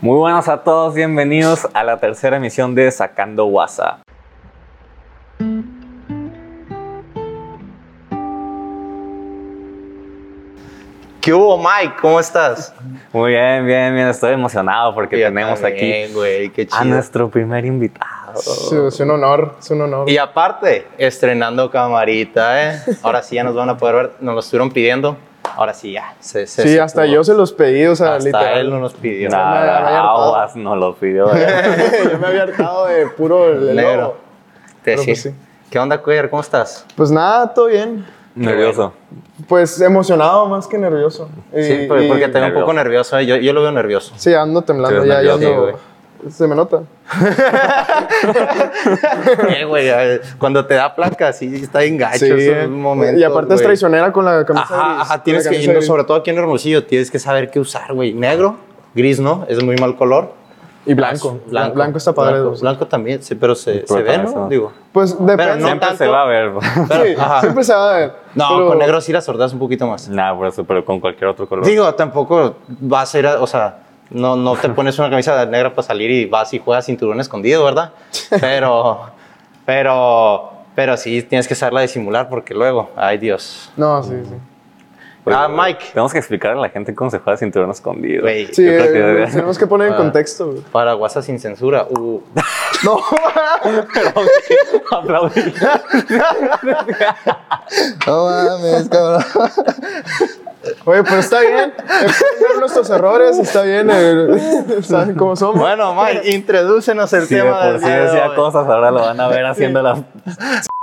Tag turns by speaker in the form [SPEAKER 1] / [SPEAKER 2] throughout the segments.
[SPEAKER 1] Muy buenas a todos, bienvenidos a la tercera emisión de Sacando WhatsApp.
[SPEAKER 2] ¿Qué hubo, Mike? ¿Cómo estás?
[SPEAKER 1] Muy bien, bien, bien, estoy emocionado porque
[SPEAKER 2] Yo
[SPEAKER 1] tenemos
[SPEAKER 2] también,
[SPEAKER 1] aquí
[SPEAKER 2] güey, qué
[SPEAKER 1] a
[SPEAKER 2] chido.
[SPEAKER 1] nuestro primer invitado.
[SPEAKER 3] Es, es un honor, es un honor.
[SPEAKER 2] Y aparte, estrenando camarita, ¿eh? Ahora sí ya nos van a poder ver. Nos lo estuvieron pidiendo. Ahora sí ya. se- se-
[SPEAKER 3] sí,
[SPEAKER 2] se
[SPEAKER 3] hasta
[SPEAKER 2] pudo.
[SPEAKER 3] yo se los pedí, o sea,
[SPEAKER 2] Hasta
[SPEAKER 3] literal.
[SPEAKER 2] él no nos pidió.
[SPEAKER 1] Nada,
[SPEAKER 3] me había hartado.
[SPEAKER 1] aguas no lo pidió. ¿eh? ¿verdad?
[SPEAKER 3] yo me había hartado de puro el
[SPEAKER 2] Negro.
[SPEAKER 3] negro.
[SPEAKER 2] Te
[SPEAKER 3] Pero
[SPEAKER 2] sí.
[SPEAKER 3] pues sí.
[SPEAKER 2] ¿Qué onda, Cuellar? ¿Cómo estás?
[SPEAKER 3] Pues nada, todo bien.
[SPEAKER 1] Nervioso.
[SPEAKER 3] Pues emocionado más que nervioso. Y-
[SPEAKER 2] Sí, pues,
[SPEAKER 3] y-
[SPEAKER 2] porque te veo un
[SPEAKER 1] Nervioso.
[SPEAKER 2] poco nervioso. ¿eh? Yo, yo lo veo nervioso.
[SPEAKER 3] Sí, ando temblando,
[SPEAKER 1] Te
[SPEAKER 3] ya,
[SPEAKER 1] ves
[SPEAKER 3] ya
[SPEAKER 2] nervioso,
[SPEAKER 3] ando- Se me nota.
[SPEAKER 2] Eh, güey, a ver, cuando te da placa, sí, está bien gacho.
[SPEAKER 3] Sí, eh.
[SPEAKER 2] esos momentos,
[SPEAKER 3] y aparte es
[SPEAKER 2] güey.
[SPEAKER 3] traicionera con la camisa
[SPEAKER 2] Ajá,
[SPEAKER 3] gris,
[SPEAKER 2] ajá,
[SPEAKER 3] con
[SPEAKER 2] tienes
[SPEAKER 3] la
[SPEAKER 2] que,
[SPEAKER 3] camisa
[SPEAKER 2] y no,
[SPEAKER 3] gris.
[SPEAKER 2] sobre todo aquí en Hermosillo, tienes que saber qué usar, güey. Negro, gris, ¿no? Es muy mal color.
[SPEAKER 3] Y blanco. Blanco, está padre.
[SPEAKER 2] Blanco,
[SPEAKER 3] o sea.
[SPEAKER 2] blanco también, sí, pero se,
[SPEAKER 1] Pero
[SPEAKER 2] se ve,
[SPEAKER 1] para
[SPEAKER 2] ¿no?
[SPEAKER 1] eso.
[SPEAKER 2] Digo.
[SPEAKER 3] Pues depende.
[SPEAKER 2] no
[SPEAKER 1] Siempre
[SPEAKER 2] tanto.
[SPEAKER 1] se va a ver.
[SPEAKER 2] Pero,
[SPEAKER 3] Sí,
[SPEAKER 2] ajá.
[SPEAKER 3] siempre se va a ver.
[SPEAKER 2] No,
[SPEAKER 3] pero-
[SPEAKER 2] con negro sí la sordas un poquito más.
[SPEAKER 1] Nada, por eso, pero con cualquier otro color.
[SPEAKER 2] Digo, tampoco vas a ir a, o sea, no, no te pones una camisa negra para salir y vas y juegas cinturón escondido, ¿verdad? Pero, pero, pero sí tienes que saberla disimular porque luego, ay Dios.
[SPEAKER 3] No, sí, sí.
[SPEAKER 1] Porque
[SPEAKER 2] Ah, Mike.
[SPEAKER 1] Tenemos que explicarle a la gente cómo se juega cinturón escondido.
[SPEAKER 2] Güey.
[SPEAKER 3] Sí,
[SPEAKER 1] Yo creo
[SPEAKER 3] eh,
[SPEAKER 1] que-
[SPEAKER 3] tenemos que poner en
[SPEAKER 2] Ah.
[SPEAKER 3] contexto. güey.
[SPEAKER 2] Paraguasa sin censura. Uh.
[SPEAKER 3] No,
[SPEAKER 1] Aplaudir.
[SPEAKER 2] No mames, cabrón.
[SPEAKER 3] Oye, pero está bien. Pueden ver nuestros errores, está bien. eh, Saben cómo somos.
[SPEAKER 2] Bueno, Mike, introdúcenos el
[SPEAKER 1] Si de
[SPEAKER 2] tema
[SPEAKER 1] por
[SPEAKER 2] del
[SPEAKER 1] sí
[SPEAKER 2] día de
[SPEAKER 1] decía
[SPEAKER 2] hoy.
[SPEAKER 1] cosas, ahora lo van a ver haciendo las...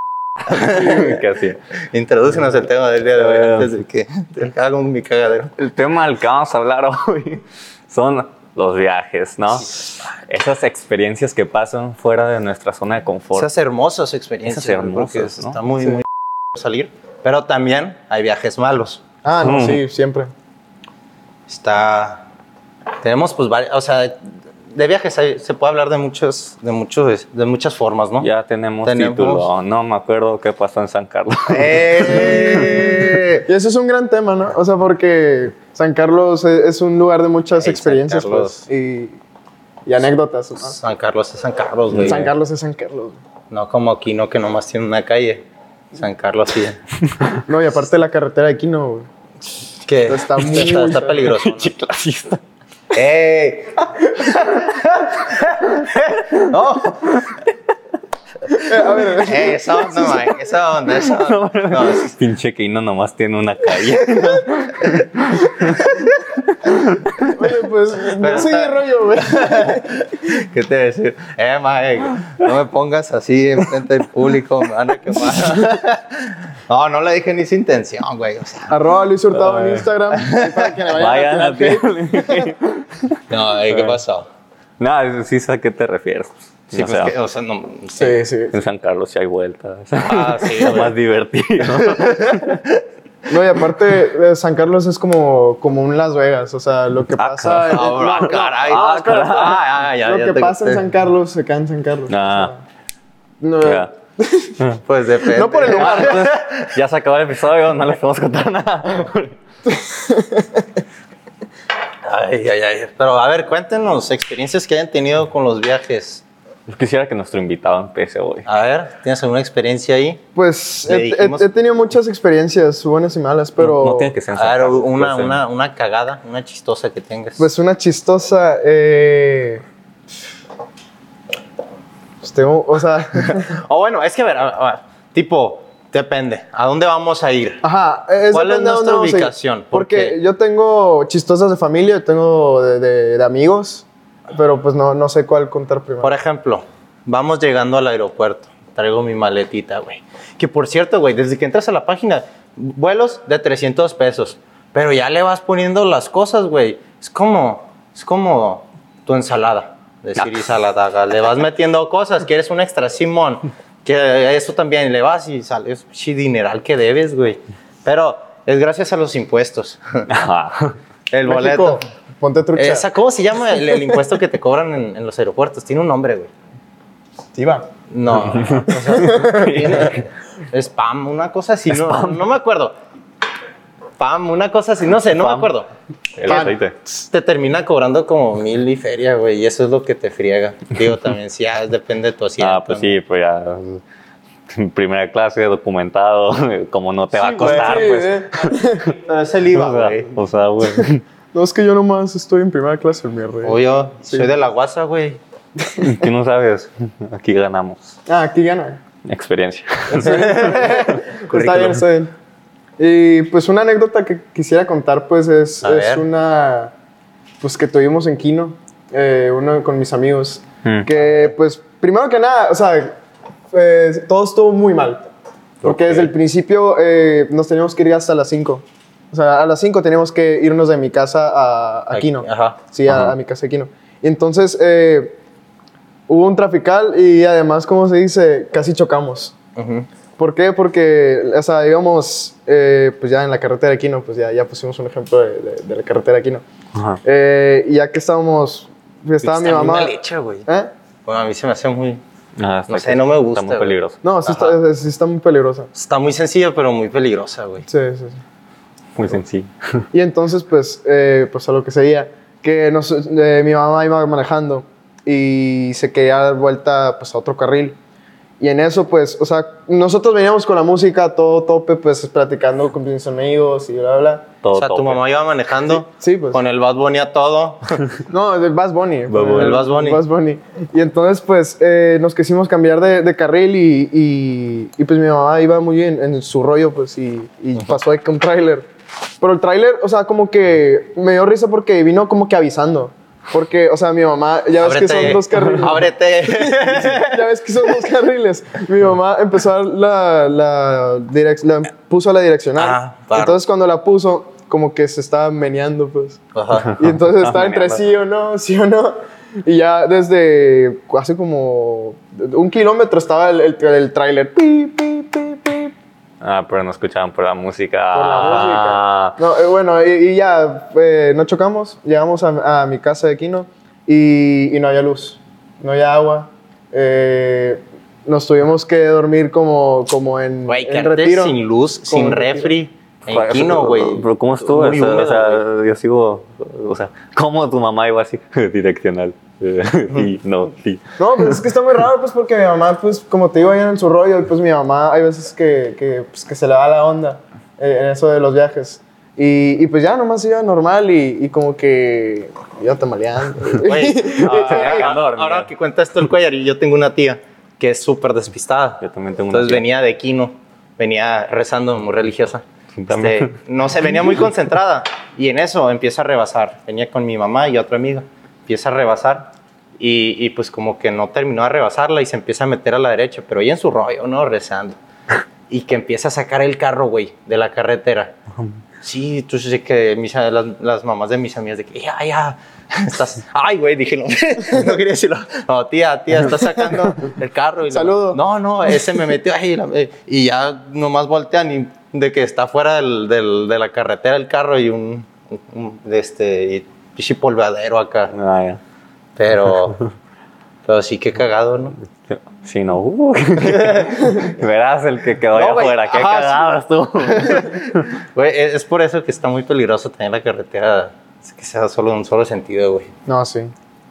[SPEAKER 1] ¿Qué hacía?
[SPEAKER 2] Introdúcenos el tema del día de hoy
[SPEAKER 1] Eh.
[SPEAKER 2] antes de que te haga un mi cagadero.
[SPEAKER 1] El tema del que vamos a hablar hoy son los viajes, ¿no? Esas experiencias que pasan fuera de nuestra zona de confort.
[SPEAKER 2] Esas hermosas experiencias.
[SPEAKER 1] Esas
[SPEAKER 2] güey, porque
[SPEAKER 1] hermosas, ¿no?
[SPEAKER 2] Está muy,
[SPEAKER 3] Sí.
[SPEAKER 2] muy salir. Pero también hay viajes malos.
[SPEAKER 3] Ah, no,
[SPEAKER 1] Mm.
[SPEAKER 3] sí, siempre.
[SPEAKER 2] Está. Tenemos, pues, varios. O sea, de viajes hay- se puede hablar de, muchos, de, muchos, de muchas formas, ¿no?
[SPEAKER 1] Ya tenemos,
[SPEAKER 2] Tenemos.
[SPEAKER 1] título. No me acuerdo qué pasó en San Carlos.
[SPEAKER 2] ¡Eh!
[SPEAKER 3] Y eso es un gran tema, ¿no? O sea, porque San Carlos e- es un lugar de muchas
[SPEAKER 2] Ey, San
[SPEAKER 3] experiencias
[SPEAKER 2] Carlos.
[SPEAKER 3] pues, y, y anécdotas. ¿no?
[SPEAKER 2] San Carlos es San Carlos, güey.
[SPEAKER 3] San Carlos es San Carlos.
[SPEAKER 2] No como aquí, no que nomás tiene una calle. San Carlos sí.
[SPEAKER 3] No, y aparte la carretera de Quino, güey.
[SPEAKER 2] que
[SPEAKER 3] Está muy-
[SPEAKER 2] está, está peligroso. ¿no?
[SPEAKER 1] Clasista.
[SPEAKER 2] ¡Ey! ¡No!
[SPEAKER 3] Eh, a ver,
[SPEAKER 2] Oh, ¡Ey! Esa onda, man. Esa onda, esa onda. No, es-
[SPEAKER 1] Pinche que no nomás tiene una calle.
[SPEAKER 3] oye, pues
[SPEAKER 2] Pero
[SPEAKER 3] sí,
[SPEAKER 2] está-
[SPEAKER 3] rollo, güey.
[SPEAKER 2] ¿Qué te voy a decir? Eh, Mike, no me pongas así enfrente del público, me van a quemar. No, no le dije ni su intención, güey. O sea,
[SPEAKER 3] Arroba Luis Hurtado
[SPEAKER 1] Ay.
[SPEAKER 3] en Instagram. ahí Para que le vayan,
[SPEAKER 1] Vayan a
[SPEAKER 3] tirar hate.
[SPEAKER 2] no, eh, ¿qué pasó?
[SPEAKER 1] No, sí sé a qué te refieres.
[SPEAKER 2] Sí,
[SPEAKER 1] o
[SPEAKER 2] pues,
[SPEAKER 1] sea,
[SPEAKER 2] que, o sea, no.
[SPEAKER 3] Sí, sí.
[SPEAKER 1] en San Carlos sí hay vueltas.
[SPEAKER 2] Ah, sí,
[SPEAKER 1] Lo
[SPEAKER 2] güey.
[SPEAKER 1] más divertido.
[SPEAKER 3] No, y aparte, eh, San Carlos es como, como un Las Vegas. O sea, lo que
[SPEAKER 1] Ah,
[SPEAKER 3] pasa. en-
[SPEAKER 2] Ah, ah,
[SPEAKER 3] no, no,
[SPEAKER 2] caray.
[SPEAKER 3] ah,
[SPEAKER 2] Ah,
[SPEAKER 3] espera,
[SPEAKER 2] caray.
[SPEAKER 3] espera.
[SPEAKER 2] Ah, ya, ya, ya
[SPEAKER 3] lo que
[SPEAKER 2] te
[SPEAKER 3] pasa en
[SPEAKER 2] gusté.
[SPEAKER 3] San Carlos se queda en San Carlos.
[SPEAKER 1] Ah,
[SPEAKER 3] No,
[SPEAKER 1] ya.
[SPEAKER 2] Pues depende.
[SPEAKER 3] No por el
[SPEAKER 1] Ah,
[SPEAKER 3] lugar. pues.
[SPEAKER 1] entonces, ya se acabó el episodio, no les podemos contar nada. Pues
[SPEAKER 2] Ay, ay, ay. Pero a ver, cuéntenos experiencias que hayan tenido con los viajes.
[SPEAKER 1] Yo quisiera que nuestro invitado empece hoy.
[SPEAKER 2] A ver, ¿tienes alguna experiencia ahí?
[SPEAKER 3] Pues
[SPEAKER 2] Le
[SPEAKER 3] he, he-
[SPEAKER 2] dijimos-
[SPEAKER 3] he tenido muchas experiencias, buenas y malas, pero.
[SPEAKER 1] No tiene que ser en San
[SPEAKER 2] A ver,
[SPEAKER 1] Carlos,
[SPEAKER 2] una,
[SPEAKER 1] puede ser.
[SPEAKER 2] una, una cagada, una chistosa que tengas.
[SPEAKER 3] Pues una chistosa. Eh... pues tengo- o sea.
[SPEAKER 2] o bueno, es que a ver, a- a- tipo, depende. ¿A dónde vamos a ir?
[SPEAKER 3] Ajá, es
[SPEAKER 2] ¿Cuál es
[SPEAKER 3] depende de dónde
[SPEAKER 2] nuestra
[SPEAKER 3] vamos a ir.
[SPEAKER 2] ubicación? ¿Por
[SPEAKER 3] Porque
[SPEAKER 2] qué?
[SPEAKER 3] yo tengo chistosas de familia, yo tengo de, de- de amigos, pero pues no, no sé cuál contar primero.
[SPEAKER 2] Por ejemplo, vamos llegando al aeropuerto. Traigo mi maletita, güey. Que por cierto, güey, desde que entras a la página, vuelos de 300 pesos. Pero ya le vas poniendo las cosas, güey. Es como, es como tu ensalada. Decir y saladaga. Le vas metiendo cosas. Quieres un extra Simón. Que eso también le vas y sale. Es chi dineral que debes, güey. Pero es gracias a los impuestos.
[SPEAKER 1] Ajá.
[SPEAKER 2] El
[SPEAKER 3] México,
[SPEAKER 2] boleto.
[SPEAKER 3] Ponte trucha.
[SPEAKER 2] Esa, ¿Cómo se llama el, el impuesto que te cobran en- en los aeropuertos? Tiene un nombre, güey.
[SPEAKER 3] Activa.
[SPEAKER 2] No, o sea, tiene- spam, una cosa así, no, no me acuerdo. Pam, una cosa así, no sé, no me acuerdo.
[SPEAKER 1] El
[SPEAKER 3] Ah,
[SPEAKER 2] Pan.
[SPEAKER 1] aceite.
[SPEAKER 2] Te termina cobrando como mil y feria, güey, y eso es lo que te friega. Digo, también, si ya depende de tu asiento.
[SPEAKER 1] Ah, pues
[SPEAKER 2] ¿no?
[SPEAKER 1] sí, pues ya. Primera clase, documentado, como no te va a costar,
[SPEAKER 3] Sí,
[SPEAKER 1] pues.
[SPEAKER 3] eh.
[SPEAKER 2] No, es el IVA,
[SPEAKER 1] o, sea,
[SPEAKER 2] güey.
[SPEAKER 1] o sea, güey.
[SPEAKER 3] No, es que yo nomás estoy en primera clase, mi rey.
[SPEAKER 2] Obvio, soy de la guasa, güey.
[SPEAKER 1] Tú no sabes. Aquí ganamos.
[SPEAKER 3] Ah, aquí gana.
[SPEAKER 1] Experiencia.
[SPEAKER 3] Está bien, está bien. Y pues una anécdota que quisiera contar, pues es,
[SPEAKER 2] A
[SPEAKER 3] es
[SPEAKER 2] ver.
[SPEAKER 3] una pues que tuvimos en Kino, eh, uno con mis amigos,
[SPEAKER 2] Hmm.
[SPEAKER 1] Mm.
[SPEAKER 3] que pues primero que nada, o sea, pues, todo estuvo muy mal, porque
[SPEAKER 1] Ok.
[SPEAKER 3] desde el principio eh, nos teníamos que ir hasta las 5. O sea, a las 5 teníamos que irnos de mi casa a, a
[SPEAKER 2] Aquí,
[SPEAKER 3] Kino.
[SPEAKER 2] ajá.
[SPEAKER 3] Sí, a-
[SPEAKER 1] Ajá.
[SPEAKER 3] a, mi casa de Kino. Y entonces eh, hubo un trafical y además, como se dice, casi chocamos.
[SPEAKER 2] Ujú.
[SPEAKER 3] ¿Por qué? Porque, o sea, íbamos, eh, pues ya en la carretera aquí, ¿no? Pues ya, ya pusimos un ejemplo de, de- de la carretera aquí, ¿no?
[SPEAKER 1] Ajá.
[SPEAKER 3] Eh, y ya que estábamos, pues, estaba
[SPEAKER 2] Está
[SPEAKER 3] mi
[SPEAKER 2] muy
[SPEAKER 3] mamá.
[SPEAKER 2] mal hecha, güey.
[SPEAKER 3] ¿Eh?
[SPEAKER 2] Bueno, a mí se me hace muy...
[SPEAKER 1] Ah, está
[SPEAKER 2] No sé,
[SPEAKER 1] que-
[SPEAKER 2] no me gusta,
[SPEAKER 1] Está muy
[SPEAKER 2] güey.
[SPEAKER 1] peligroso.
[SPEAKER 3] No, sí
[SPEAKER 2] Ajá.
[SPEAKER 3] está, sí está muy peligrosa.
[SPEAKER 2] Está muy sencilla, pero muy peligrosa, güey.
[SPEAKER 3] Sí, sí, sí.
[SPEAKER 1] Muy sencillo.
[SPEAKER 3] Y entonces, pues, eh, pues a lo que seguía, que nos, eh, mi mamá iba manejando y se quería dar vuelta, pues, a otro carril. Y en eso, pues, o sea, nosotros veníamos con la música, todo tope, pues, platicando con mis amigos y bla, bla, bla.
[SPEAKER 1] Todo
[SPEAKER 2] o sea, tu
[SPEAKER 1] tope.
[SPEAKER 2] mamá iba manejando
[SPEAKER 3] Sí, pues.
[SPEAKER 2] con el Bad Bunny a todo.
[SPEAKER 3] No, del Bass Bunny.
[SPEAKER 1] Bad Bunny.
[SPEAKER 2] El Bad Bunny.
[SPEAKER 3] Bad Bunny. Y entonces, pues, eh, nos quisimos cambiar de, de carril y, y- y, pues mi mamá iba muy bien en su rollo, pues, y, y pasó ahí con un tráiler. Pero el tráiler, o sea, como que me dio risa porque vino como que avisando. Porque, o sea, mi mamá, ya ves que son dos carriles.
[SPEAKER 2] Ábrete.
[SPEAKER 3] ya ves que son dos carriles. Mi mamá empezó a la, la, direc- la puso a la direccional.
[SPEAKER 2] Ah, claro.
[SPEAKER 3] entonces, cuando la puso, como que se estaba meneando, pues.
[SPEAKER 2] Ajá.
[SPEAKER 3] Y entonces
[SPEAKER 1] Ajá,
[SPEAKER 3] estaba entre
[SPEAKER 1] meneando.
[SPEAKER 3] sí o no, sí o no. Y ya desde hace como un kilómetro estaba el, el, el tráiler. Pi, pi, pi, pi,
[SPEAKER 1] Ah, pero no escuchaban por la música.
[SPEAKER 3] por la
[SPEAKER 1] Ah,
[SPEAKER 3] música. No, eh, bueno, y, y ya eh, no chocamos. Llegamos a, a mi casa de Quino y, y no había luz, no había agua. Eh, nos tuvimos que dormir como, como en,
[SPEAKER 2] Güey, que
[SPEAKER 3] en
[SPEAKER 2] antes
[SPEAKER 3] retiro.
[SPEAKER 2] sin luz, sin
[SPEAKER 3] en
[SPEAKER 2] refri, en
[SPEAKER 1] Joder,
[SPEAKER 2] Kino,
[SPEAKER 1] pero-
[SPEAKER 2] güey.
[SPEAKER 1] Pero ¿cómo estuvo?
[SPEAKER 2] Muy
[SPEAKER 1] O sea,
[SPEAKER 2] húmedo,
[SPEAKER 1] o sea,
[SPEAKER 2] güey.
[SPEAKER 1] yo sigo, o sea, ¿cómo tu mamá iba así? Direccional. Eh, sí, no, sí.
[SPEAKER 3] No, pues es que está muy raro, pues porque mi mamá, pues como te digo, ahí en su rollo, y pues mi mamá hay veces que, que, pues, que se le va la onda eh, en eso de los viajes. Y, y pues ya nomás iba normal y, y como que iba tamaleando.
[SPEAKER 2] Güey,
[SPEAKER 1] Ah, tenía
[SPEAKER 2] ahora-
[SPEAKER 1] calor,
[SPEAKER 2] ahora
[SPEAKER 1] mira.
[SPEAKER 2] que cuenta esto el collar, yo tengo una tía que es súper despistada.
[SPEAKER 1] Yo también tengo una
[SPEAKER 2] Entonces
[SPEAKER 1] tía.
[SPEAKER 2] venía de Quino, venía rezando, muy religiosa.
[SPEAKER 1] Sí, también.
[SPEAKER 2] Este, no sé, venía muy concentrada y en eso empieza a rebasar. Venía con mi mamá y otra amiga. Empieza a rebasar y, y pues como que no terminó de rebasarla y se empieza a meter a la derecha, pero ella en su rollo, ¿no? Rezando. Y que empieza a sacar el carro, güey, de la carretera. Sí, entonces de que mis, las, las mamás de mis amigas de que ya, ya, estás, ay, güey, dije, no, no quería decirlo, no, tía, tía, estás sacando el carro. Y la-
[SPEAKER 3] Saludo.
[SPEAKER 2] no, no, ese me metió ahí la- eh, y ya nomás voltean y de que está fuera del, del- de la carretera el carro y un, un- de este, y pichi polvadero acá,
[SPEAKER 1] Ah,
[SPEAKER 2] pero, pero sí que cagado, ¿no?
[SPEAKER 1] ya. Sí, no. uh. Verás el que quedó
[SPEAKER 2] No,
[SPEAKER 1] allá
[SPEAKER 2] güey,
[SPEAKER 1] afuera. Qué
[SPEAKER 2] ajá,
[SPEAKER 1] cagabas tú.
[SPEAKER 2] Güey, e, es, es por eso que está muy peligroso tener la carretera, es que sea solo de un solo sentido, güey.
[SPEAKER 3] No, sí.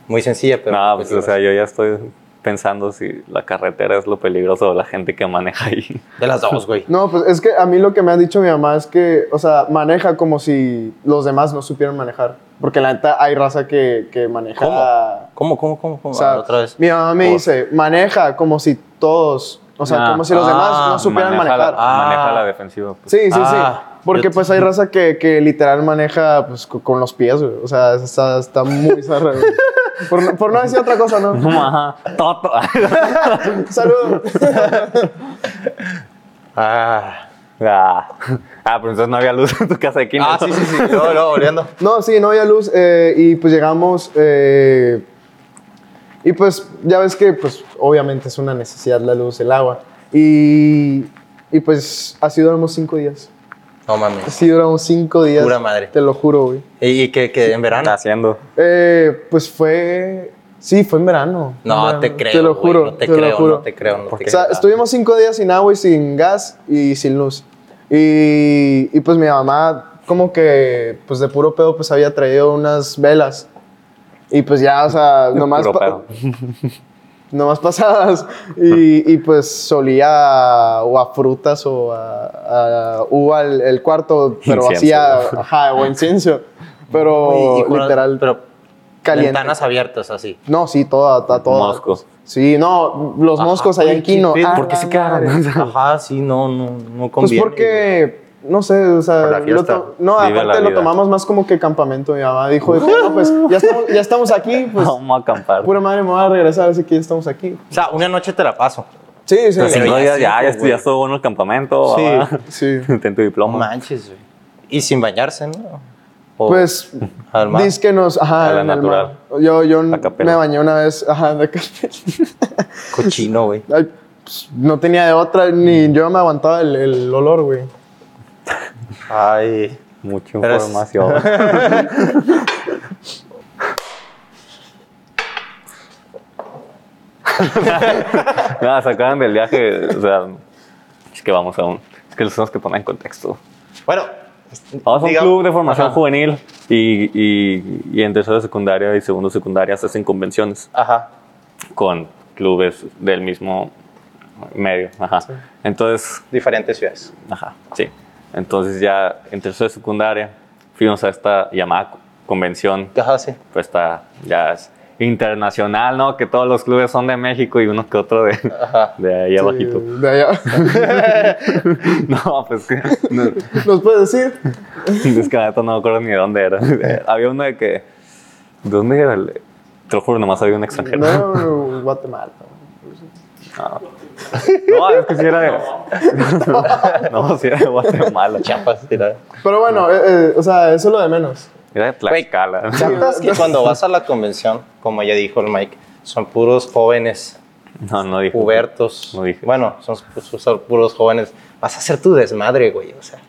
[SPEAKER 2] Muy sencilla, pero...
[SPEAKER 1] No, pues, o
[SPEAKER 2] peligrosa.
[SPEAKER 1] sea, yo ya estoy pensando si la carretera es lo peligroso o la gente que maneja ahí.
[SPEAKER 2] De las dos, güey.
[SPEAKER 3] No, pues es que a mí lo que me ha dicho mi mamá es que, o sea, maneja como si los demás no supieran manejar. Porque la neta hay raza que, que maneja.
[SPEAKER 2] ¿Cómo, cómo, cómo? Ah, cómo?
[SPEAKER 3] O
[SPEAKER 2] A
[SPEAKER 3] sea,
[SPEAKER 2] ver, otra vez.
[SPEAKER 3] mi mamá me
[SPEAKER 2] Por-
[SPEAKER 3] dice, maneja como si todos, o sea,
[SPEAKER 1] Ah,
[SPEAKER 3] como si los demás
[SPEAKER 2] ah,
[SPEAKER 3] no supieran
[SPEAKER 1] maneja
[SPEAKER 3] manejar.
[SPEAKER 1] La, maneja
[SPEAKER 2] Ah.
[SPEAKER 1] la defensiva. pues.
[SPEAKER 3] Sí, sí,
[SPEAKER 2] Ah,
[SPEAKER 3] sí. Porque
[SPEAKER 2] yo-
[SPEAKER 3] pues hay raza que, que literal maneja pues, co- con los pies, güey. O sea, está, está muy zarra, güey. Por, no- por no decir otra cosa, ¿no?
[SPEAKER 1] Ajá, Toto. Ah.
[SPEAKER 3] Saludos.
[SPEAKER 2] Ah,
[SPEAKER 1] Ah, ah, pero entonces no había luz en tu casa aquí. ¿no?
[SPEAKER 2] ah sí, sí, sí. Luego, luego, volviendo.
[SPEAKER 3] No, sí, no había luz eh, y pues llegamos eh, y pues ya ves que pues obviamente es una necesidad la luz, el agua y, y pues así duramos cinco días.
[SPEAKER 2] No mames.
[SPEAKER 3] Así duramos cinco días.
[SPEAKER 2] Pura madre.
[SPEAKER 3] Te lo juro, güey.
[SPEAKER 2] ¿Y, y que, que en
[SPEAKER 1] ¿Qué
[SPEAKER 2] verano?
[SPEAKER 1] está haciendo?
[SPEAKER 3] Eh, pues fue... Sí, fue en verano. En
[SPEAKER 2] No,
[SPEAKER 3] verano.
[SPEAKER 2] te creo.
[SPEAKER 3] Te lo
[SPEAKER 2] güey,
[SPEAKER 3] juro.
[SPEAKER 2] no te,
[SPEAKER 3] lo
[SPEAKER 2] creo,
[SPEAKER 3] juro.
[SPEAKER 2] no te creo, no te creo.
[SPEAKER 1] Porque-
[SPEAKER 3] O sea, estuvimos cinco días sin agua y sin gas y sin luz. Y, y pues mi mamá, como que, pues de puro pedo, pues había traído unas velas. Y pues ya, o sea, nomás...
[SPEAKER 1] Puro
[SPEAKER 3] pa-
[SPEAKER 1] pedo.
[SPEAKER 3] nomás pasadas y, y, pues solía o a frutas o a, a uva el, el cuarto, pero
[SPEAKER 1] Incienso.
[SPEAKER 3] hacía, ajá, o incienso, pero
[SPEAKER 2] Y- y con-
[SPEAKER 3] literal
[SPEAKER 2] Pero
[SPEAKER 3] caliente.
[SPEAKER 2] ventanas abiertas así.
[SPEAKER 3] No, sí, toda, toda, toda.
[SPEAKER 1] Mosco.
[SPEAKER 2] Pues,
[SPEAKER 3] Sí, no, los
[SPEAKER 2] Ajá,
[SPEAKER 3] moscos allá
[SPEAKER 2] güey,
[SPEAKER 3] en Quino. Ah,
[SPEAKER 2] qué pedo, ¿por
[SPEAKER 1] qué se
[SPEAKER 3] la
[SPEAKER 1] quedaron?
[SPEAKER 3] madre.
[SPEAKER 2] Ajá, sí, no, no, no
[SPEAKER 3] Pues
[SPEAKER 2] conviene. güey.
[SPEAKER 3] porque, no sé, o sea,
[SPEAKER 2] Por la fiesta.
[SPEAKER 3] lo to- no,
[SPEAKER 1] Vive la
[SPEAKER 3] aparte lo
[SPEAKER 1] vida.
[SPEAKER 3] tomamos más como que campamento. Mi mamá dijo, de que, no, pues ya estamos, ya estamos aquí, pues
[SPEAKER 1] Vamos a acampar.
[SPEAKER 3] pura madre me voy a regresar, así que ya estamos aquí.
[SPEAKER 2] O sea, una noche te la paso.
[SPEAKER 3] Sí, sí,
[SPEAKER 1] Pero
[SPEAKER 2] Pero
[SPEAKER 1] cinco
[SPEAKER 2] ya
[SPEAKER 1] días
[SPEAKER 2] cinco,
[SPEAKER 1] ya, ya
[SPEAKER 2] güey.
[SPEAKER 1] estudiaste bueno el campamento.
[SPEAKER 2] Sí.
[SPEAKER 1] va.
[SPEAKER 3] sí.
[SPEAKER 1] Ten tu
[SPEAKER 2] No
[SPEAKER 1] diploma.
[SPEAKER 2] manches, güey. Y sin bañarse, ¿no? O
[SPEAKER 3] Pues
[SPEAKER 2] al mar.
[SPEAKER 3] Dice que nos.
[SPEAKER 1] A
[SPEAKER 3] Ajá,
[SPEAKER 1] la
[SPEAKER 3] en el
[SPEAKER 1] natural.
[SPEAKER 3] mar. Yo, yo
[SPEAKER 1] A capela.
[SPEAKER 3] me bañé una vez. Ajá, de capela.
[SPEAKER 2] Cochino, güey.
[SPEAKER 3] Ay, pues, no tenía de otra, ni yo me aguantaba el, el olor, güey.
[SPEAKER 2] Ay.
[SPEAKER 1] Mucha
[SPEAKER 2] Pero es-
[SPEAKER 1] información. Nada, se acaban del viaje. O sea, es que vamos a un. Es que los tenemos que poner en contexto.
[SPEAKER 2] Bueno.
[SPEAKER 1] Vamos a un
[SPEAKER 2] diga-
[SPEAKER 1] club de formación
[SPEAKER 2] Ajá.
[SPEAKER 1] juvenil y, y, y en tercero de secundaria y segundo de secundaria se hacen convenciones
[SPEAKER 2] Ajá.
[SPEAKER 1] con clubes del mismo medio. Ajá. Entonces,
[SPEAKER 2] Diferentes ciudades.
[SPEAKER 1] Ajá, sí. Entonces ya en tercero de secundaria fuimos a esta llamada co- convención,
[SPEAKER 2] Ajá, sí.
[SPEAKER 1] pues está ya es internacional, ¿no? Que todos los clubes son de México y uno que otro de,
[SPEAKER 2] Ajá.
[SPEAKER 1] de ahí abajito.
[SPEAKER 3] Sí, de allá.
[SPEAKER 1] No, pues que, no,
[SPEAKER 3] ¿Nos puedes decir?
[SPEAKER 1] es que la neta no me acuerdo ni de dónde era. Había uno de que, ¿de dónde era? el- Te lo juro, nomás había un extranjero. No,
[SPEAKER 3] No, no, Guatemala.
[SPEAKER 1] es que sí era de... No, sí era de Guatemala.
[SPEAKER 2] Chiapas, tira.
[SPEAKER 3] Pero bueno, eh, eh, o sea, eso es lo de menos.
[SPEAKER 1] Era de Tlaxcala.
[SPEAKER 2] Chiapas, que cuando vas a la convención, como ya dijo el Mike, son puros jóvenes.
[SPEAKER 1] No, no dije.
[SPEAKER 2] Pubertos.
[SPEAKER 1] No dije.
[SPEAKER 2] Bueno, son, son- son puros jóvenes. Vas a hacer tu desmadre, güey. O sea,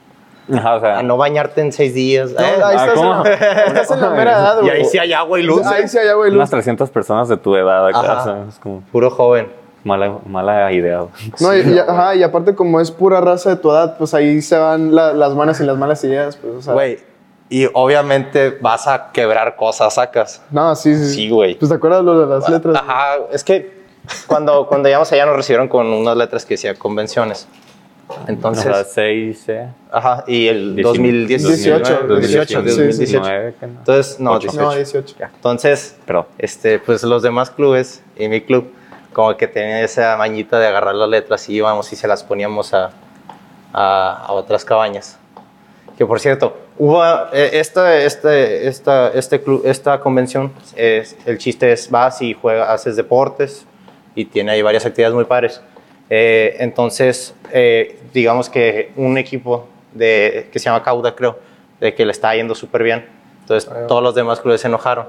[SPEAKER 1] Ajá, o
[SPEAKER 2] a
[SPEAKER 1] sea,
[SPEAKER 2] Ah, no bañarte en seis días.
[SPEAKER 3] No,
[SPEAKER 2] Eh,
[SPEAKER 3] ahí
[SPEAKER 1] ah,
[SPEAKER 3] estás, en
[SPEAKER 1] ¿cómo?
[SPEAKER 3] la, estás en la mera edad,
[SPEAKER 2] y
[SPEAKER 3] güey.
[SPEAKER 2] ahí sí hay agua y luz.
[SPEAKER 3] Ahí
[SPEAKER 2] eh.
[SPEAKER 3] sí hay agua y luz.
[SPEAKER 1] unas 300 personas de tu edad acá,
[SPEAKER 2] Ajá.
[SPEAKER 1] o sea, es como...
[SPEAKER 2] Puro joven.
[SPEAKER 1] Mala, mala idea. güey.
[SPEAKER 3] No, y, y- ajá, y aparte, como es pura raza de tu edad, pues ahí se van la- las buenas y las malas ideas. Pues, o sea,
[SPEAKER 2] Güey, y obviamente vas a quebrar cosas, sacas.
[SPEAKER 3] No, sí, sí.
[SPEAKER 2] Sí, güey. Ah,
[SPEAKER 3] Pues te acuerdas lo de las letras.
[SPEAKER 2] Ajá, es que cuando, cuando llegamos allá nos recibieron con unas letras que decía convenciones. Entonces,
[SPEAKER 1] Ajá, seis, eh,
[SPEAKER 2] ajá, y el
[SPEAKER 3] 2018,
[SPEAKER 2] 2018, 2018, 2018.
[SPEAKER 1] 2019, que no.
[SPEAKER 2] Entonces, no,
[SPEAKER 1] Ocho.
[SPEAKER 3] No,
[SPEAKER 2] 18.
[SPEAKER 3] 18.
[SPEAKER 2] Entonces,
[SPEAKER 1] Perdón.
[SPEAKER 2] este, pues los demás clubes y mi club, como que tenía esa mañita de agarrar las letras y íbamos y se las poníamos a, a- a otras cabañas. Que por cierto, hubo eh, esta, este, esta, este club, esta convención, es, el chiste es vas y juegas, haces deportes y tiene ahí varias actividades muy padres. Eh, entonces, eh, digamos que un equipo de, que se llama Cauda, creo, de que le está yendo súper bien. Entonces, todos los demás clubes se enojaron.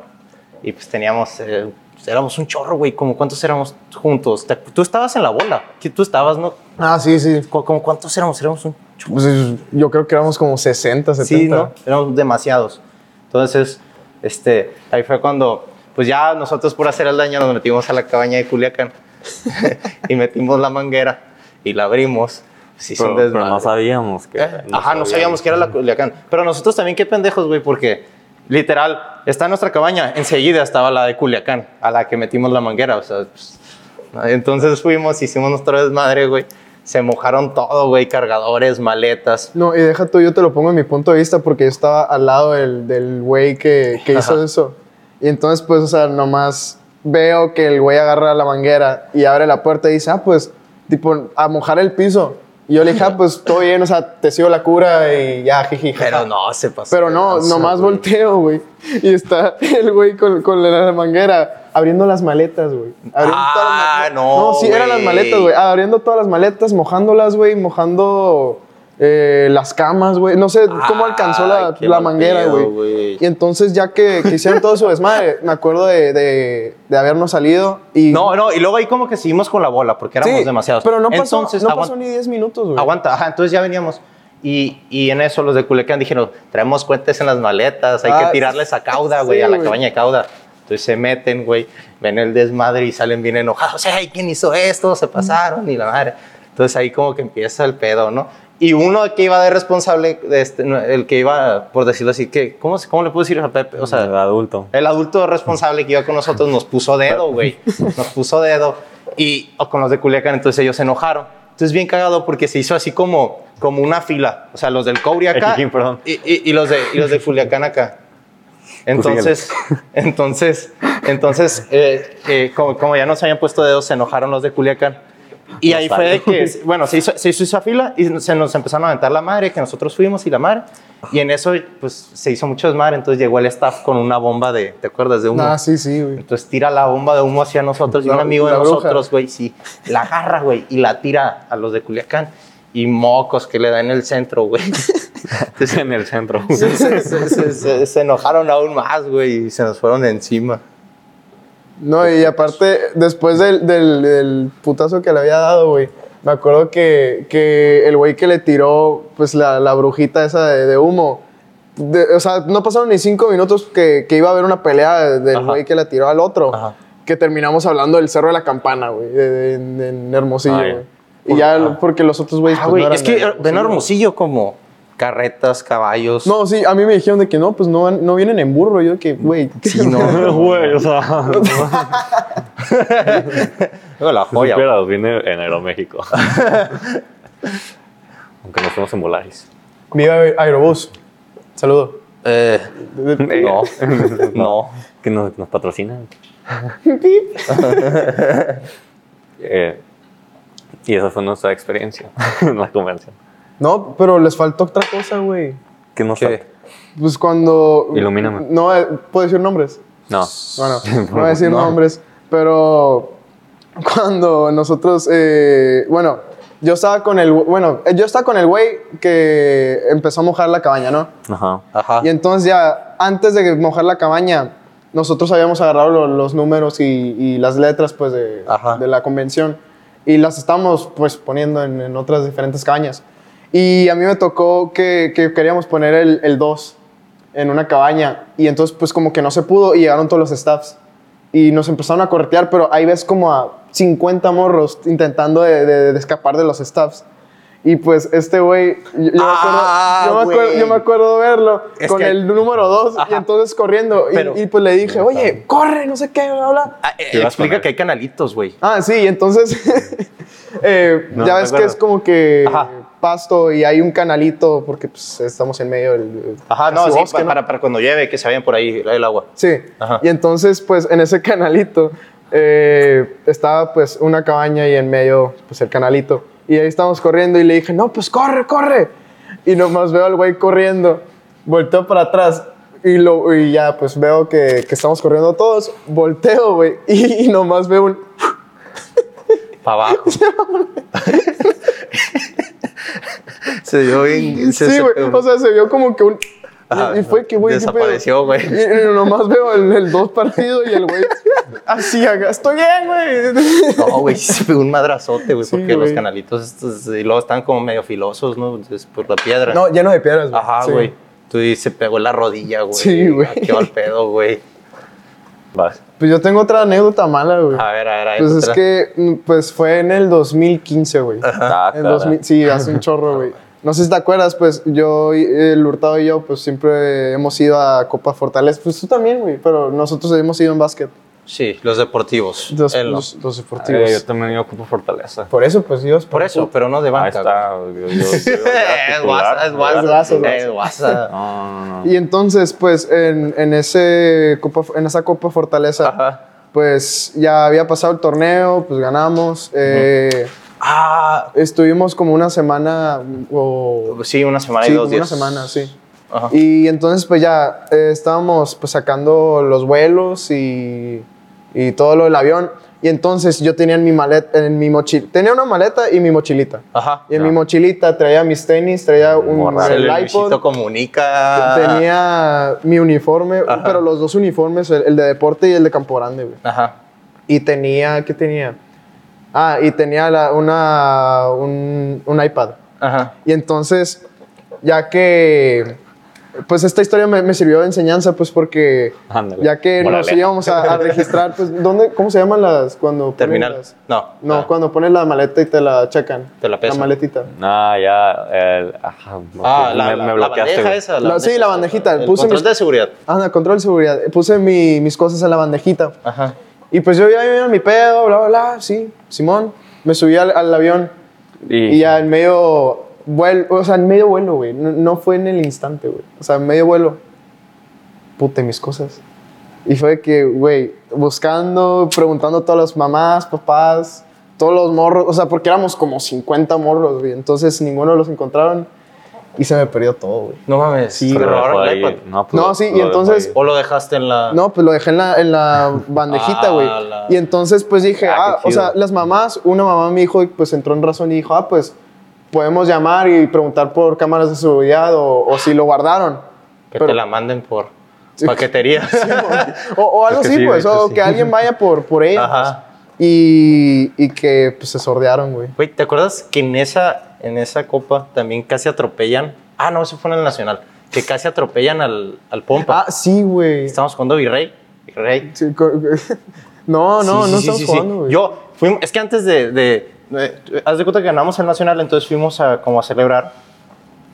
[SPEAKER 2] Y pues teníamos, eh, éramos un chorro, güey, como cuántos éramos juntos. Te- Tú estabas en la bola, que tú estabas, ¿no?
[SPEAKER 3] Ah, sí, sí.
[SPEAKER 2] Co- Como cuántos éramos, éramos un
[SPEAKER 3] Pues, es- yo creo que éramos como 60, 70.
[SPEAKER 2] Sí, ¿no? Éramos demasiados. Entonces, este, ahí fue cuando, pues ya nosotros por hacer el daño nos metimos a la cabaña de Culiacán y metimos la manguera y la abrimos. Sí, Eh,
[SPEAKER 1] Pero, pero no sabíamos que...
[SPEAKER 2] Ajá, no sabíamos que era la Culiacán. Pero nosotros también qué pendejos, güey, porque literal, está nuestra cabaña, enseguida estaba la de Culiacán, a la que metimos la manguera, o sea, pues, entonces fuimos, hicimos nuestra desmadre, güey. Se mojaron todo, güey, cargadores, maletas.
[SPEAKER 3] No, y deja tú, yo te lo pongo en mi punto de vista porque yo estaba al lado del del güey que, que hizo eso. Y entonces, pues, o sea, nomás veo que el güey agarra la manguera y abre la puerta y dice, ah, pues, tipo, a mojar el piso. Y yo le dije, ah, pues, todo bien, o sea, te sigo la cura y ya, jiji. jaja".
[SPEAKER 2] Pero no, se pasó.
[SPEAKER 3] Pero no, nomás volteo, güey. Y está el güey con, con la manguera abriendo las maletas, güey. Abriendo
[SPEAKER 2] Ah,
[SPEAKER 3] todas las maletas.
[SPEAKER 2] no,
[SPEAKER 3] No, sí, eran las
[SPEAKER 2] güey.
[SPEAKER 3] maletas, güey. Abriendo todas las maletas, mojándolas, güey, mojando eh, las camas, güey. No sé cómo alcanzó
[SPEAKER 2] Ay,
[SPEAKER 3] la,
[SPEAKER 2] qué
[SPEAKER 3] la
[SPEAKER 2] mal
[SPEAKER 3] manguera,
[SPEAKER 2] pedo,
[SPEAKER 3] güey.
[SPEAKER 2] güey.
[SPEAKER 3] Y entonces, ya que, que hicieron todo su desmadre, me acuerdo de, de- de habernos salido y.
[SPEAKER 2] No, no, y luego ahí como que seguimos con la bola porque éramos
[SPEAKER 3] Sí,
[SPEAKER 2] demasiados.
[SPEAKER 3] Pero no pasó,
[SPEAKER 2] Entonces,
[SPEAKER 3] no
[SPEAKER 2] aguanta,
[SPEAKER 3] pasó ni 10 minutos, güey.
[SPEAKER 2] aguanta, ajá, entonces ya veníamos. Y, y en eso los de Culiacán dijeron, traemos cuentes en las maletas, hay
[SPEAKER 3] Ah,
[SPEAKER 2] que tirarles a cauda, güey,
[SPEAKER 3] sí,
[SPEAKER 2] a la
[SPEAKER 3] güey.
[SPEAKER 2] cabaña de cauda. Entonces se meten, güey, ven el desmadre y salen bien enojados. Ay, ¿quién hizo esto? Se pasaron y la madre. Entonces ahí como que empieza el pedo, ¿no? Y uno que iba de responsable, este, no, el que iba, por decirlo así, que, ¿cómo, se- ¿cómo le puedo decir a Pepe? O sea,
[SPEAKER 1] el adulto.
[SPEAKER 2] el adulto responsable que iba con nosotros nos puso dedo, güey. Nos puso dedo. Y o con los de Culiacán, entonces ellos se enojaron. Entonces, bien cagado porque se hizo así como, como una fila. O sea, los del Cobre acá.
[SPEAKER 1] Equiquín, perdón.
[SPEAKER 2] Y, y- y los de, y los de Culiacán acá. Entonces, entonces, entonces, eh, eh, como, como ya nos habían puesto dedos, se enojaron los de Culiacán. Y ahí fue de que, bueno, se hizo, se hizo esa fila y se nos empezaron a aventar la madre, que nosotros fuimos y la madre. Y en eso, pues, se hizo mucho desmadre. Entonces llegó el staff con una bomba de, ¿te acuerdas de humo?
[SPEAKER 3] Ah, sí, sí, güey.
[SPEAKER 2] Entonces tira la bomba de humo hacia nosotros y
[SPEAKER 3] La-
[SPEAKER 2] un amigo de
[SPEAKER 3] la bruja.
[SPEAKER 2] nosotros, güey, sí, la agarra, güey, y la tira a los de Culiacán. Y mocos que le da en el centro, güey. este
[SPEAKER 1] en el centro.
[SPEAKER 2] se, se- se- se- se- se enojaron aún más, güey, y se nos fueron de encima.
[SPEAKER 3] No, y aparte, después del, del- del putazo que le había dado, güey, me acuerdo que, que el güey que le tiró, pues, la, la brujita esa de, de humo, de- o sea, no pasaron ni cinco minutos que, que iba a haber una pelea de- del
[SPEAKER 2] Ajá.
[SPEAKER 3] güey que la tiró al otro,
[SPEAKER 2] Ajá.
[SPEAKER 3] que terminamos hablando del Cerro de la Campana, güey, de- de- en, en Hermosillo,
[SPEAKER 1] Ay.
[SPEAKER 3] güey. Y ya, lo- porque los otros güeyes,
[SPEAKER 2] Ah,
[SPEAKER 3] pues,
[SPEAKER 2] güey,
[SPEAKER 3] no eran
[SPEAKER 2] es que
[SPEAKER 3] de
[SPEAKER 2] ven a Hermosillo como carretas, caballos.
[SPEAKER 3] No, sí, a mí me dijeron de que no, pues, no, van- no vienen en burro, yo de que, güey,
[SPEAKER 2] Sí, no.
[SPEAKER 1] Güey, o sea,
[SPEAKER 2] Digo, la joya. güey.
[SPEAKER 1] pero vine en Aeroméxico. Aunque nos fuimos en Volaris.
[SPEAKER 3] Viva Aerobús. Saludo.
[SPEAKER 2] Eh, no, no.
[SPEAKER 1] Que nos, nos patrocinan. Eh, y esa fue nuestra experiencia en la convención.
[SPEAKER 3] No, pero les faltó otra cosa, güey.
[SPEAKER 1] ¿Qué nos
[SPEAKER 2] ¿Qué?
[SPEAKER 1] falta?
[SPEAKER 3] Pues cuando.
[SPEAKER 1] Ilumíname.
[SPEAKER 3] No, eh, puedo decir nombres.
[SPEAKER 1] No.
[SPEAKER 3] Bueno, no voy a decir nombres, pero cuando nosotros. eh, bueno, yo estaba con el. Bueno, eh, yo estaba con el güey que empezó a mojar la cabaña, ¿no?
[SPEAKER 1] Ajá.
[SPEAKER 2] Ajá.
[SPEAKER 3] Y entonces ya, antes de mojar la cabaña, nosotros habíamos agarrado lo- los números y, y las letras, pues, de,
[SPEAKER 2] Ajá.
[SPEAKER 3] de la convención. Y las estamos, pues, poniendo en, en otras diferentes cabañas. Y a mí me tocó que, que queríamos poner el, el 2 en una cabaña. Y entonces, pues, como que no se pudo y llegaron todos los staffs. Y nos empezaron a corretear, pero ahí ves como a 50 morros intentando de- de- de escapar de los staffs. Y pues este güey, yo, yo me
[SPEAKER 2] Ah,
[SPEAKER 3] acuerdo- yo me acuerdo,
[SPEAKER 2] güey.
[SPEAKER 3] yo me acuerdo verlo
[SPEAKER 2] Es
[SPEAKER 3] con
[SPEAKER 2] que-
[SPEAKER 3] el número 2 y
[SPEAKER 2] Ajá.
[SPEAKER 3] entonces corriendo. y-
[SPEAKER 2] Pero-
[SPEAKER 3] y, pues le dije, oye, corre, no sé qué, bla, bla.
[SPEAKER 2] Ah, eh,
[SPEAKER 1] ¿Qué vas a
[SPEAKER 2] explica
[SPEAKER 1] poner?
[SPEAKER 2] que hay canalitos, güey.
[SPEAKER 3] Ah, sí, y entonces eh,
[SPEAKER 1] No,
[SPEAKER 3] ya
[SPEAKER 1] me
[SPEAKER 3] ves que
[SPEAKER 1] acuerdo.
[SPEAKER 3] es como que
[SPEAKER 2] Ajá.
[SPEAKER 3] pasto y hay un canalito porque pues, estamos en medio del.
[SPEAKER 2] Ajá, no,
[SPEAKER 3] casi
[SPEAKER 2] sí,
[SPEAKER 3] bosque,
[SPEAKER 2] pa-
[SPEAKER 3] ¿no?
[SPEAKER 2] Para, para cuando lleve, que se vayan por ahí el agua.
[SPEAKER 3] Sí.
[SPEAKER 2] Ajá.
[SPEAKER 3] Y entonces, pues, en ese canalito eh, estaba, pues, una cabaña y en medio, pues, el canalito. Y ahí estábamos corriendo y le dije, no, pues, corre, corre. Y nomás veo al güey corriendo, volteo para atrás y, lo, y ya, pues, veo que, que estamos corriendo todos. Volteo, güey, y, y nomás veo un...
[SPEAKER 2] Para abajo. se dio bien. se-
[SPEAKER 3] Sí,
[SPEAKER 2] se-
[SPEAKER 3] güey, o sea, se vio como que un...
[SPEAKER 2] Ajá,
[SPEAKER 3] y y fue que, güey, ¿qué pedo?
[SPEAKER 2] Desapareció, güey.
[SPEAKER 3] Y, y nomás veo el, el dos partido y el güey así, acá, estoy bien, güey.
[SPEAKER 2] No, güey, sí se pegó un madrazote, güey,
[SPEAKER 3] Sí,
[SPEAKER 2] porque los
[SPEAKER 3] güey.
[SPEAKER 2] canalitos estos, y luego están como medio filosos, ¿no? Entonces, por la piedra.
[SPEAKER 3] No, lleno de piedras, güey.
[SPEAKER 2] Ah. Ajá,
[SPEAKER 3] Sí.
[SPEAKER 2] güey. Tú y se pegó en la rodilla, güey.
[SPEAKER 3] Sí, güey.
[SPEAKER 2] Ah, Qué mal pedo, güey.
[SPEAKER 1] Vas.
[SPEAKER 3] Pues yo tengo otra anécdota mala, güey.
[SPEAKER 2] A ver, a ver, a ver.
[SPEAKER 3] Pues es
[SPEAKER 2] Ah, otra.
[SPEAKER 3] que, mm, pues fue en el 2015, güey.
[SPEAKER 1] Ah,
[SPEAKER 3] En
[SPEAKER 1] cara.
[SPEAKER 3] 2000 sí, hace un chorro, güey. No sé si te acuerdas, pues yo, y- el Hurtado y yo, pues siempre hemos ido a Copa Fortaleza. Pues tú también, güey, pero nosotros hemos ido en básquet.
[SPEAKER 2] Sí, los deportivos.
[SPEAKER 3] Los,
[SPEAKER 2] Él no.
[SPEAKER 3] los- los deportivos.
[SPEAKER 1] Eh, yo también ocupo Fortaleza. Ah,
[SPEAKER 3] Por eso, pues yo...
[SPEAKER 2] Por eso, pero no de
[SPEAKER 1] Ahí
[SPEAKER 2] banca. güey.
[SPEAKER 1] está. yo- yo- yo-
[SPEAKER 2] Eh, Es guasa, es
[SPEAKER 3] Es
[SPEAKER 2] guasa.
[SPEAKER 3] guasa,
[SPEAKER 2] eh,
[SPEAKER 3] es
[SPEAKER 2] Es guasa.
[SPEAKER 1] No, no, no.
[SPEAKER 3] Y entonces, pues en, en, ese Copa, en esa Copa Fortaleza,
[SPEAKER 2] Ajá.
[SPEAKER 3] pues ya había pasado el torneo, pues ganamos. eh,
[SPEAKER 2] Ah,
[SPEAKER 3] Estuvimos como una semana mm, o...
[SPEAKER 2] sí, una semana
[SPEAKER 3] Sí,
[SPEAKER 2] y
[SPEAKER 3] como
[SPEAKER 2] dos
[SPEAKER 3] una
[SPEAKER 2] días.
[SPEAKER 3] semana, sí.
[SPEAKER 2] Ajá.
[SPEAKER 3] Y entonces pues ya eh, estábamos pues sacando los vuelos y, y todo lo del avión. Y entonces yo tenía en mi maleta, en mi mochila, tenía una maleta y mi mochilita.
[SPEAKER 2] Ajá.
[SPEAKER 3] Y en
[SPEAKER 1] Ya.
[SPEAKER 3] mi mochilita traía mis tenis, traía un,
[SPEAKER 1] Morra.
[SPEAKER 3] el
[SPEAKER 2] Luisito
[SPEAKER 3] iPod,
[SPEAKER 2] comunica.
[SPEAKER 3] tenía mi uniforme,
[SPEAKER 2] Ajá.
[SPEAKER 3] pero los dos uniformes, el, el de deporte y el de Campo Grande, güey.
[SPEAKER 2] Ajá.
[SPEAKER 3] Y tenía, ¿qué tenía? Ah, y tenía la- una, un, un iPad.
[SPEAKER 2] Ajá.
[SPEAKER 3] Y entonces, ya que, pues esta historia me, me sirvió de enseñanza, pues porque
[SPEAKER 1] Ándale,
[SPEAKER 3] ya que nos
[SPEAKER 1] moraleja.
[SPEAKER 3] íbamos a, a registrar, pues, ¿dónde, ¿cómo se llaman las cuando ponen
[SPEAKER 2] Terminal.
[SPEAKER 3] las-
[SPEAKER 2] No.
[SPEAKER 3] No,
[SPEAKER 2] Ah,
[SPEAKER 3] cuando pones la maleta y te la checan.
[SPEAKER 2] Te la pesan.
[SPEAKER 3] La maletita.
[SPEAKER 1] No, ya. el- ajá,
[SPEAKER 2] Ah,
[SPEAKER 1] me-
[SPEAKER 2] la,
[SPEAKER 1] me,
[SPEAKER 2] la- la
[SPEAKER 1] bloqueaste.
[SPEAKER 2] bandeja
[SPEAKER 1] güey.
[SPEAKER 2] esa.
[SPEAKER 3] La- sí, la bandejita,
[SPEAKER 2] El
[SPEAKER 3] puse
[SPEAKER 2] control
[SPEAKER 3] mis-
[SPEAKER 2] de seguridad.
[SPEAKER 3] Anda, Ah, control de seguridad. Puse mi- mis cosas en la bandejita.
[SPEAKER 2] Ajá.
[SPEAKER 3] Y pues yo ya iba en mi pedo, bla, bla, bla, sí, Simón. Me subí al, al avión y ya en medio vuelo, o sea, en medio vuelo, güey. No, no fue en el instante, güey. O sea, en medio vuelo. Pute, mis cosas. Y fue que, güey, buscando, preguntando a todas las mamás, papás, todos los morros, o sea, porque éramos como 50 morros, güey. Entonces ninguno los encontraron y se me perdió todo, güey.
[SPEAKER 2] No mames.
[SPEAKER 3] Sí,
[SPEAKER 2] pero
[SPEAKER 1] Pero
[SPEAKER 2] ahora
[SPEAKER 1] dejó
[SPEAKER 2] la
[SPEAKER 1] ahí.
[SPEAKER 2] iPad.
[SPEAKER 1] No, pues,
[SPEAKER 3] No,
[SPEAKER 1] lo-
[SPEAKER 3] sí, y
[SPEAKER 1] lo dejó
[SPEAKER 3] entonces-
[SPEAKER 1] ahí.
[SPEAKER 2] O lo dejaste en la.
[SPEAKER 3] No, pues lo dejé en la, en la bandejita,
[SPEAKER 2] Ah,
[SPEAKER 3] güey.
[SPEAKER 2] la-
[SPEAKER 3] Y entonces, pues dije,
[SPEAKER 1] Ah,
[SPEAKER 3] ah,
[SPEAKER 1] qué
[SPEAKER 3] o sea,
[SPEAKER 1] chido.
[SPEAKER 3] las mamás, una mamá me dijo, pues entró en razón y dijo, ah, pues podemos llamar y preguntar por cámaras de seguridad o, o si lo guardaron.
[SPEAKER 2] Que
[SPEAKER 3] pero-
[SPEAKER 2] te la manden por paquetería.
[SPEAKER 3] O, o algo
[SPEAKER 1] que
[SPEAKER 3] así,
[SPEAKER 1] sí,
[SPEAKER 3] pues,
[SPEAKER 1] de hecho,
[SPEAKER 3] o
[SPEAKER 1] sí.
[SPEAKER 3] que alguien vaya por, por ella. pues.
[SPEAKER 2] Ajá.
[SPEAKER 3] Y, y que pues, se sordearon, güey.
[SPEAKER 2] Güey, ¿te acuerdas que en esa, en esa copa también casi atropellan? Ah, no, eso fue en el Nacional. Que casi atropellan al, al Pompa.
[SPEAKER 3] Ah, sí, güey.
[SPEAKER 2] Estamos jugando Virrey. Virrey.
[SPEAKER 3] Sí, co- No, no,
[SPEAKER 2] Sí, sí, sí,
[SPEAKER 3] no estamos
[SPEAKER 2] sí, sí.
[SPEAKER 3] jugando, güey.
[SPEAKER 2] Yo, fuimos, es que antes de, de- de- Haz de cuenta que ganamos el Nacional, entonces fuimos a, como a celebrar.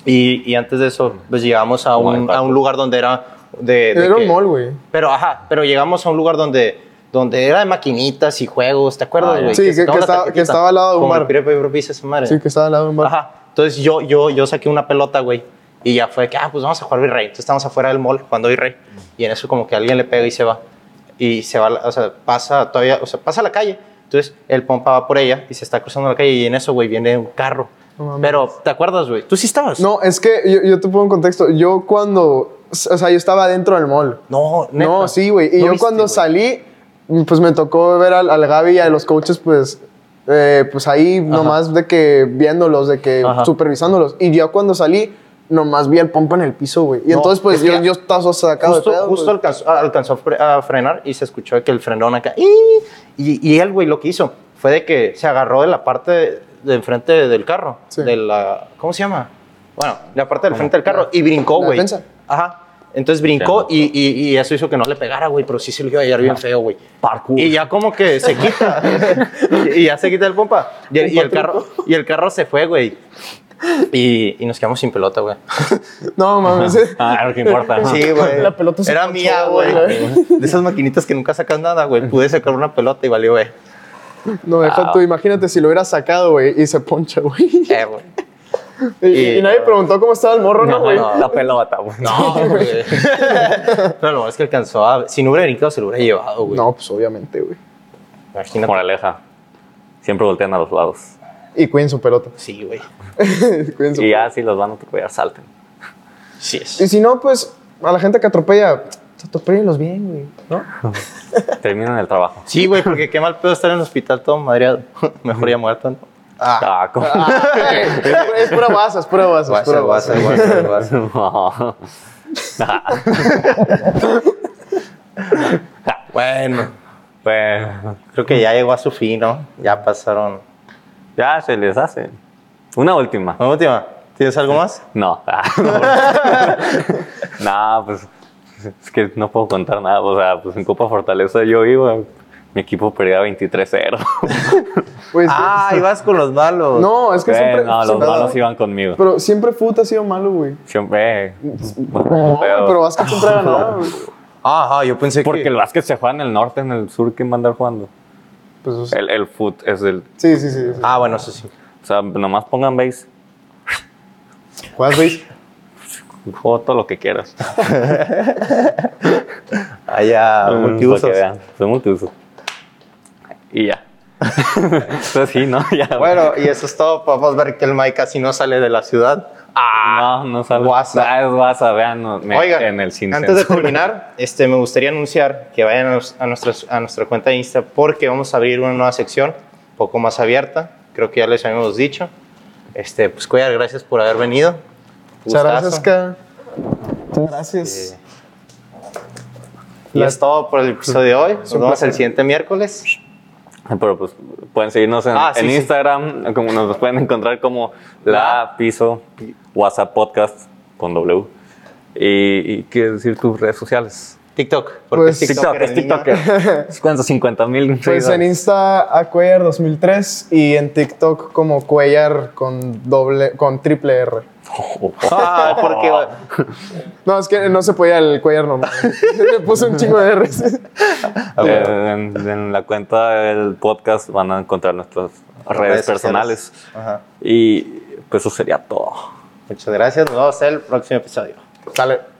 [SPEAKER 2] Y, y antes de eso, pues llegamos a
[SPEAKER 1] Como al
[SPEAKER 2] un,
[SPEAKER 1] parque.
[SPEAKER 2] a un lugar donde era... De, de
[SPEAKER 3] Era
[SPEAKER 2] que-
[SPEAKER 3] un mall, güey.
[SPEAKER 2] Pero, ajá, pero llegamos a un lugar donde, donde era de maquinitas y juegos, ¿te
[SPEAKER 1] Ah,
[SPEAKER 2] acuerdas,
[SPEAKER 1] ya.
[SPEAKER 2] güey?
[SPEAKER 3] Sí, que-
[SPEAKER 2] sacaba
[SPEAKER 3] que
[SPEAKER 2] una
[SPEAKER 3] estaba- que
[SPEAKER 2] tarjetita,
[SPEAKER 3] estaba al lado de un
[SPEAKER 2] como
[SPEAKER 3] bar.
[SPEAKER 2] el Pirate Paper Piece, esa madre.
[SPEAKER 3] Sí, que estaba al lado de un bar.
[SPEAKER 2] Ajá. Entonces yo, yo, yo saqué una pelota, güey. Y ya fue que, ah, pues vamos a jugar virrey. Entonces estamos afuera del mall jugando virrey. Y en eso como que alguien le pega y se va. Y se va, o sea, pasa todavía, o sea, pasa a la calle. Entonces el pompa va por ella y se está cruzando la calle y en eso, güey, viene un carro.
[SPEAKER 3] No mames.
[SPEAKER 2] Pero, ¿te acuerdas, güey? ¿Tú sí estabas?
[SPEAKER 3] No, es que yo, yo te pongo en contexto. Yo cuando, o sea, yo estaba dentro del mall.
[SPEAKER 2] No, neta.
[SPEAKER 3] No, sí, güey. Y
[SPEAKER 2] ¿No
[SPEAKER 3] yo
[SPEAKER 2] viste,
[SPEAKER 3] cuando
[SPEAKER 2] güey?
[SPEAKER 3] salí, pues me tocó ver al, al Gaby y a los coaches, pues, eh, pues ahí nomás de que viéndolos, de que
[SPEAKER 2] Ajá.
[SPEAKER 3] supervisándolos. Y yo cuando salí, nomás vi al pompa en el piso, güey. Y
[SPEAKER 2] No,
[SPEAKER 3] entonces, pues,
[SPEAKER 2] es que
[SPEAKER 3] yo, yo estaba sacado
[SPEAKER 2] justo,
[SPEAKER 3] de pedo.
[SPEAKER 2] justo
[SPEAKER 3] pues.
[SPEAKER 2] alcanzó, a- alcanzó a fre- a frenar y se escuchó que el frenón acá. "Ih". Y, y él, güey, lo que hizo fue de que se agarró de la parte de, de enfrente del carro.
[SPEAKER 3] Sí.
[SPEAKER 2] De la, ¿Cómo se llama? Bueno, de la parte del frente del carro. y brincó,
[SPEAKER 3] la
[SPEAKER 2] güey.
[SPEAKER 3] defensa?
[SPEAKER 2] Ajá. Entonces brincó y, y- y eso hizo que no le pegara, güey, pero sí se lo iba a hallar bien feo, güey.
[SPEAKER 1] Parkour.
[SPEAKER 2] Y ya como que se quita. y ya se quita el pompa. Y, el- y el, carro, y el carro se fue, güey. Y, y nos quedamos sin pelota, güey.
[SPEAKER 3] No, mames.
[SPEAKER 1] Ah, no que importa. ¿no?
[SPEAKER 2] Sí, güey.
[SPEAKER 3] La pelota se
[SPEAKER 2] Era
[SPEAKER 3] ponchó,
[SPEAKER 2] mía, güey.
[SPEAKER 3] güey.
[SPEAKER 2] De esas maquinitas que nunca sacas nada, güey. Pude sacar una pelota y valió, güey.
[SPEAKER 3] Eh, No, deja
[SPEAKER 1] Ah.
[SPEAKER 3] tú, imagínate si lo hubiera sacado, güey, y se poncha, güey.
[SPEAKER 2] Eh, güey.
[SPEAKER 3] Y,
[SPEAKER 2] Y-
[SPEAKER 3] y nadie preguntó cómo estaba el morro,
[SPEAKER 1] No,
[SPEAKER 3] ¿no, güey?
[SPEAKER 1] no, la pelota, güey.
[SPEAKER 2] No, güey. Pero lo más que alcanzó a... Si no hubiera brincado, se lo hubiera llevado, güey.
[SPEAKER 3] No, pues obviamente, güey.
[SPEAKER 2] Imagínate.
[SPEAKER 1] Moraleja. Siempre voltean a los lados.
[SPEAKER 3] Y cuiden su pelota.
[SPEAKER 2] Sí, güey.
[SPEAKER 3] Cuiden su
[SPEAKER 1] Y ya, si los van a atropellar, salten.
[SPEAKER 2] Sí es.
[SPEAKER 3] Y si no, pues a la gente que atropella, atropellenlos bien, güey, ¿no?
[SPEAKER 1] Terminan el trabajo.
[SPEAKER 2] Sí, güey, porque qué mal pedo estar en el hospital todo madreado. Mejor ya muerto, ¿no?
[SPEAKER 1] Ah, ¿cómo?
[SPEAKER 3] Ay, es pura guasa, es pura guasa. es pura guasa.
[SPEAKER 2] guasa, guasa.
[SPEAKER 3] Ah.
[SPEAKER 1] No. Ah.
[SPEAKER 2] Bueno,
[SPEAKER 1] Bueno,
[SPEAKER 2] creo que ya llegó a su fin, ¿no? Ya pasaron...
[SPEAKER 1] ya se les hace. Una última.
[SPEAKER 2] Una última. ¿Tienes algo más?
[SPEAKER 1] No. Ah, no. No, pues es que no puedo contar nada. O sea, pues en Copa Fortaleza yo iba. Mi equipo perdía 23-0.
[SPEAKER 3] Pues,
[SPEAKER 2] Ah, ibas con los malos.
[SPEAKER 3] no, es que
[SPEAKER 1] Bueno,
[SPEAKER 3] siempre.
[SPEAKER 1] no, los
[SPEAKER 3] siempre-
[SPEAKER 1] malos iban conmigo.
[SPEAKER 3] Pero siempre fut ha sido malo, güey.
[SPEAKER 1] Siempre. eh,
[SPEAKER 3] No, güey,
[SPEAKER 1] pero-
[SPEAKER 3] pero Vázquez siempre ha ganado, güey.
[SPEAKER 2] Ajá, yo pensé
[SPEAKER 1] porque
[SPEAKER 2] que...
[SPEAKER 1] el básquet se juega en el norte, en el sur, ¿quién va a andar jugando?
[SPEAKER 3] Pues, o sea,
[SPEAKER 1] El, el foot es el.
[SPEAKER 3] sí, sí, sí. sí.
[SPEAKER 2] Ah, bueno, eso sí.
[SPEAKER 1] O sea, nomás pongan base.
[SPEAKER 3] ¿Juegas base?
[SPEAKER 1] Juego todo lo que quieras.
[SPEAKER 3] Ah,
[SPEAKER 2] Allá,
[SPEAKER 1] Mm, para
[SPEAKER 2] Ah, multiusos.
[SPEAKER 1] que vean, Son multiusos. Y ya. Entonces sí, ¿no? Ya.
[SPEAKER 2] Bueno, y eso es todo. Podemos ver que el Mike casi no sale de la ciudad.
[SPEAKER 1] Ah, no, no sale.
[SPEAKER 2] WhatsApp.
[SPEAKER 1] Ah, es WhatsApp, vean no, me-
[SPEAKER 2] Oigan,
[SPEAKER 1] en el sin
[SPEAKER 2] antes de
[SPEAKER 1] censura.
[SPEAKER 2] terminar, este, me gustaría anunciar que vayan a, nos- a nuestras- a nuestra cuenta de Insta porque vamos a abrir una nueva sección, un poco más abierta. Creo que ya les habíamos dicho. Este, pues, Cuellar, gracias por haber venido.
[SPEAKER 3] Muchas
[SPEAKER 2] Gustazo.
[SPEAKER 3] gracias, K. Muchas gracias.
[SPEAKER 2] Y es todo por el episodio de hoy. Nos vemos el siguiente miércoles.
[SPEAKER 1] Pero pues pueden seguirnos en,
[SPEAKER 2] Ah, sí,
[SPEAKER 1] en
[SPEAKER 2] sí.
[SPEAKER 1] Instagram, como nos pueden encontrar como la piso WhatsApp podcast con W. ¿Y, y qué decir tus redes sociales?
[SPEAKER 2] TikTok.
[SPEAKER 3] Pues,
[SPEAKER 2] es
[SPEAKER 1] TikTok, es
[SPEAKER 2] el niño.
[SPEAKER 1] TikToker. ¿Cuántos? 50 mil.
[SPEAKER 3] Pues en Insta a Cuellar 2003 y en TikTok como Cuellar con doble, con triple R.
[SPEAKER 2] Ah, porque
[SPEAKER 3] No, es que no se podía el Cuellar nomás. Le puse un chingo de R.
[SPEAKER 1] en, en la cuenta del podcast van a encontrar nuestras redes,
[SPEAKER 2] Redes
[SPEAKER 1] personales.
[SPEAKER 2] sociales. Ajá.
[SPEAKER 1] Y pues eso sería todo.
[SPEAKER 2] Muchas gracias. Nos vemos en el próximo episodio.
[SPEAKER 3] Sale.